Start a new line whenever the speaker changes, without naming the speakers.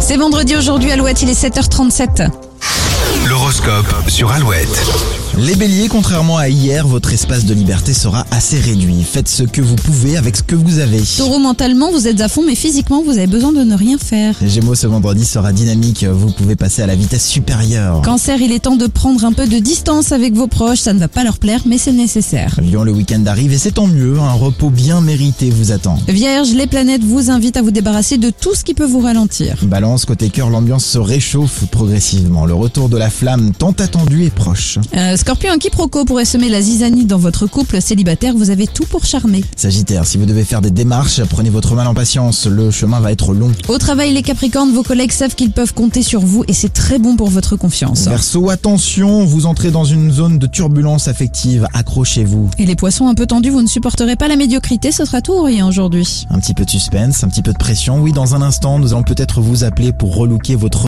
C'est vendredi aujourd'hui, Alouette, il est 7h37.
L'horoscope sur Alouette.
Les béliers, contrairement à hier, votre espace de liberté sera assez réduit. Faites ce que vous pouvez avec ce que vous avez.
Taureau, mentalement, vous êtes à fond, mais physiquement, vous avez besoin de ne rien faire.
Les Gémeaux, ce vendredi sera dynamique. Vous pouvez passer à la vitesse supérieure.
Cancer, il est temps de prendre un peu de distance avec vos proches, ça ne va pas leur plaire, mais c'est nécessaire.
Lyon, le week-end arrive et c'est tant mieux. Un repos bien mérité vous attend.
Vierge, les planètes vous invitent à vous débarrasser de tout ce qui peut vous ralentir.
Balance, côté cœur, l'ambiance se réchauffe progressivement. Le retour de la flamme tant attendue est proche.
Euh, Scorpion, un quiproquo pourrait semer la zizanie dans votre couple célibataire, vous avez tout pour charmer.
Sagittaire, si vous devez faire des démarches, prenez votre mal en patience. Le chemin va être long.
Au travail, les Capricornes, vos collègues savent qu'ils peuvent compter sur vous et c'est très bon pour votre confiance.
Verseau, attention, vous entrez dans une zone de turbulence affective. Accrochez-vous.
Et les poissons un peu tendus, vous ne supporterez pas la médiocrité, ce sera tout ou rien aujourd'hui.
Un petit peu de suspense, un petit peu de pression. Oui, dans un instant, nous allons peut-être vous appeler pour relooker votre